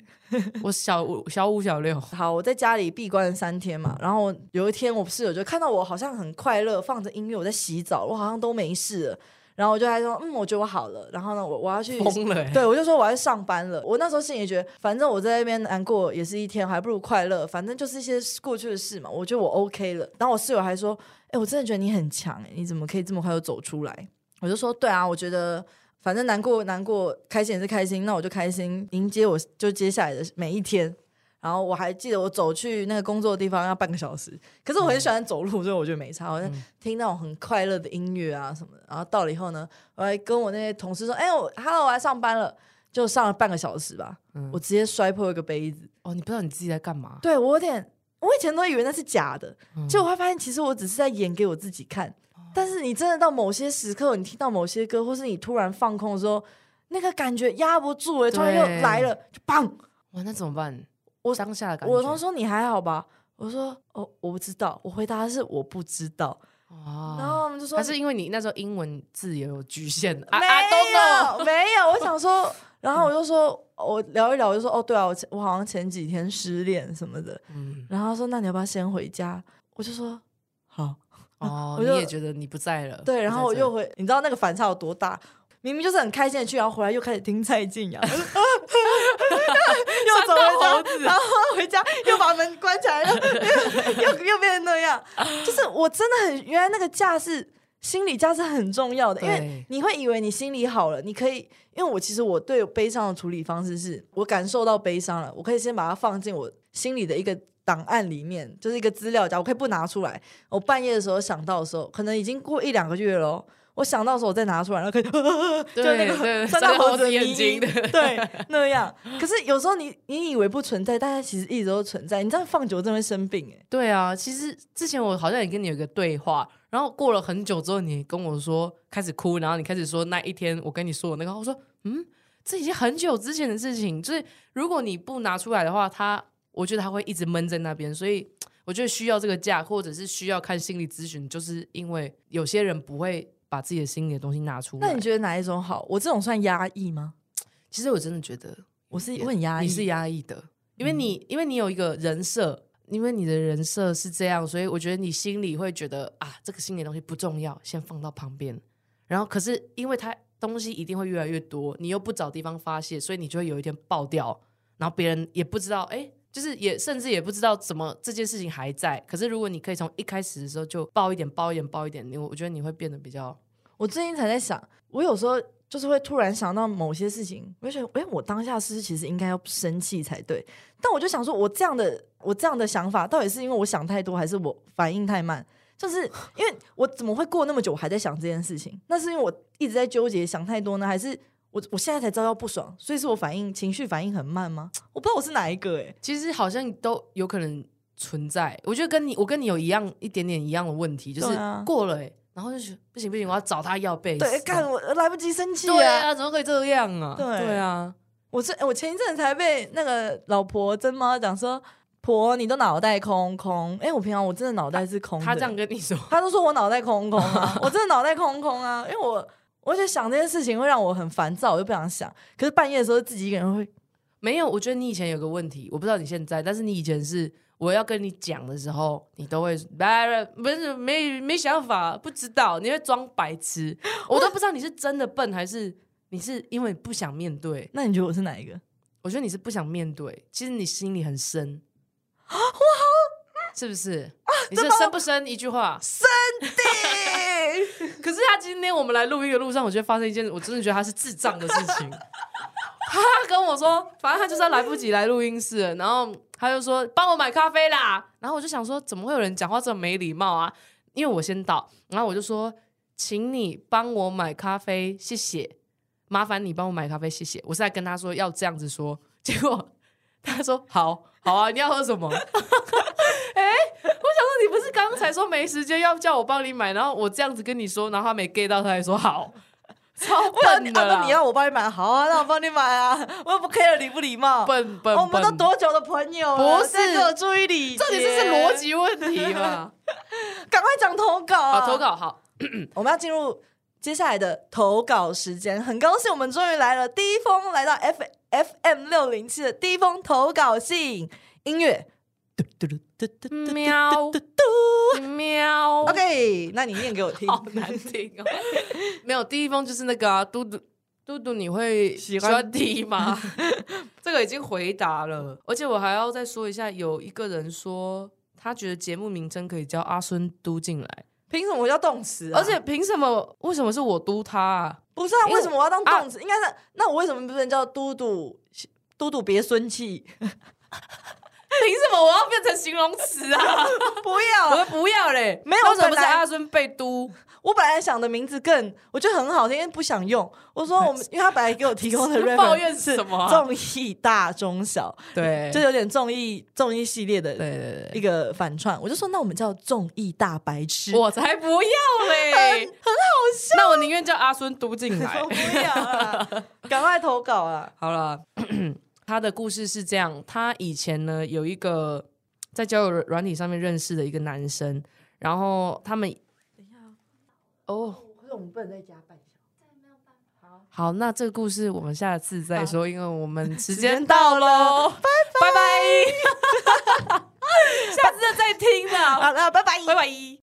我小五、小五、小 *laughs* 六，好，我在家里闭关了三天嘛，然后有一天我室友就看到我好像很快乐，放着音乐，我在洗澡，我好像都没事了。然后我就还说，嗯，我觉得我好了。然后呢，我我要去疯了、欸。对，我就说我要去上班了。我那时候心里觉得，反正我在那边难过也是一天，还不如快乐。反正就是一些过去的事嘛，我觉得我 OK 了。然后我室友还说：“哎、我真的觉得你很强、哎，你怎么可以这么快就走出来？”我就说：“对啊，我觉得反正难过难过，开心也是开心，那我就开心迎接我就接下来的每一天。”然后我还记得我走去那个工作的地方要半个小时，可是我很喜欢走路，所以我觉得没差。我就听那种很快乐的音乐啊什么的。然后到了以后呢，我还跟我那些同事说：“哎、我 Hello，我来上班了。”就上了半个小时吧，嗯我直接摔破一个杯子。哦，你不知道你自己在干嘛。对我有点，我以前都以为那是假的，嗯结果我发现其实我只是在演给我自己看。但是你真的到某些时刻，你听到某些歌，或是你突然放空的时候，那个感觉压不住哎、突然又对来了，就砰！哇，那怎么办？我当下的感觉，我同事说你还好吧？我说哦，我不知道。我回答的是我不知道，然啊，后我们就说还是因为你那时候英文字也有局限啊没啊，都懂。有，没有。我想说，然后我就说，我聊一聊，我就说，哦，对啊，我前我好像前几天失恋什么的。嗯，然后他说，那你要不要先回家？我就说好。哦， *laughs* 我你就也觉得你不在了。对，然后我又又回，你知道那个反差有多大？明明就是很开心的去，然后回来又开始听蔡健雅， *laughs* 又走回到猴家，然后回家又把门关起来，又又 *laughs* 又又变成那样。就是我真的很，原来那个架是心理架是很重要的，因为对你会以为你心理好了，你可以，因为我其实我对悲伤的处理方式是，我感受到悲伤了，我可以先把它放进我心里的一个档案里面，就是一个资料夹，我可以不拿出来。我半夜的时候想到的时候，可能已经过一两个月了哦、我想到的时候我再拿出来，然后可以 *laughs* 就那对个对三大三猴猴子的子眼迷睛因的 *laughs* 对那样。可是有时候你你以为不存在，但它其实一直都存在。你这样放久真的会生病哎、对啊，其实之前我好像也跟你有一个对话，然后过了很久之后，你跟我说开始哭，然后你开始说那一天我跟你说的那个话，我说嗯，这已经很久之前的事情，就是如果你不拿出来的话，他我觉得他会一直闷在那边，所以我觉得需要这个假，或者是需要看心理咨询，就是因为有些人不会把自己的心里的东西拿出来。那你觉得哪一种好？我这种算压抑吗？其实我真的觉得我是也我很压抑，嗯你是压抑的，因为你、因为你有一个人设，因为你的人设是这样，所以我觉得你心里会觉得啊，这个心理的东西不重要，先放到旁边。然后可是因为它东西一定会越来越多，你又不找地方发泄，所以你就会有一天爆掉，然后别人也不知道，哎。就是也甚至也不知道怎么这件事情还在，可是如果你可以从一开始的时候就爆一点、爆一点、爆一点，你我觉得你会变得比较我最近才在想，我有时候就是会突然想到某些事情，我就觉得，哎、我当下是不是其实应该要生气才对？但我就想说，我这样的我这样的想法，到底是因为我想太多，还是我反应太慢？就是因为我怎么会过那么久，我还在想这件事情？那是因为我一直在纠结，想太多呢，还是我我现在才遭到不爽，所以是我反应情绪反应很慢吗？我不知道我是哪一个哎、其实好像都有可能存在。我觉得跟你，我跟你有一样一点点一样的问题，就是对啊过了、欸，然后就觉得不行不行，我要找他要背。对，看我呃来不及生气对啊！啊，怎么可以这样啊？对啊，我是我前一阵才被那个老婆真妈讲说，婆，你都脑袋空空。哎，我平常我真的脑袋是空的。他这样，跟你说，他都说我脑袋空空啊，我真的脑袋空空啊，因为我我在想这件事情会让我很烦躁，我就不想想。可是半夜的时候自己一个人会，没有，我觉得你以前有个问题，我不知道你现在，但是你以前是我要跟你讲的时候，你都会哎不是没没想法，不知道，你会装白痴，我都不知道你是真的笨还是你是因为不想面对。那你觉得我是哪一个？ *laughs* 我觉得你是不想面对，其实你心里很深，我好是不是？你是深不深？一句话。 *laughs* 可是他今天我们来录音的路上，我觉得发生一件我真的觉得他是智障的事情。他跟我说，反正他就是要来不及来录音室了，然后他就说帮我买咖啡啦。然后我就想说，怎么会有人讲话这么没礼貌啊？因为我先到，然后我就说，请你帮我买咖啡，谢谢，麻烦你帮我买咖啡，谢谢。我是在跟他说要这样子说，结果他说好好啊，你要喝什么？ *laughs* 我想说，你不是刚才说没时间，要叫我帮你买，然后我这样子跟你说，然后他没 get 到，他还说好，超我想你笨啊，的那啦，你要我帮你买，好啊，那我帮你买啊，我又不 care 礼不礼貌。哦笨笨，我们都笨多久的朋友了？不是再给我注意礼节，这里是是逻辑问题呃嘛？赶快讲投稿啊！好，投，稿好，我们要进入接下来的投稿时间。很高兴我们终于来了，第一封来到 F F M 六零七的第一封投稿信，音乐。嘟嘟嘟嘟嘟嘟 *laughs* 喵嘟嘟喵 OK，那你念给我听。好难听哦。没有，第一封就是那个啊，嘟嘟嘟嘟，你会喜喜欢欢踢吗？ *laughs* 这个已经回答了，而且我还要再说一下，有一个人说他觉得节目名称可以叫阿孙嘟进来，凭什么我要动词啊？而且凭什么？为什么是我嘟他啊？不是啊，因为为什么我要当啊动词？应该是那我为什么不能叫嘟嘟？嘟嘟别生气，凭什么我要变成形容词啊？ *laughs* 不要啊我！ *laughs* 不要嘞，没有那为什么本是来阿孙被嘟？我本来想的名字更，我觉得很好听，因为不想用。我说 *laughs* 我们，因为他本来给我提供的 reference 抱怨什么啊是综艺大中小，对就有点综艺综艺系列对的对一个反串。我就说，那我们叫综艺大白痴。 *laughs* 对，我才不要嘞， *laughs* 很好笑。那我宁愿叫阿孙嘟进 *laughs* 来我。哦不要啦，赶快投稿啊！好了， *clears throat* 他的故事是这样：他以前呢有一个在交友软体上面认识的一个男生，然后他们哦，可是我们不能再加半小好，那这个故事我们下次再说，因为我 *laughs* 们时间间到喽，拜拜拜，下次再听时。啦， *laughs* 好了，拜拜。拜拜。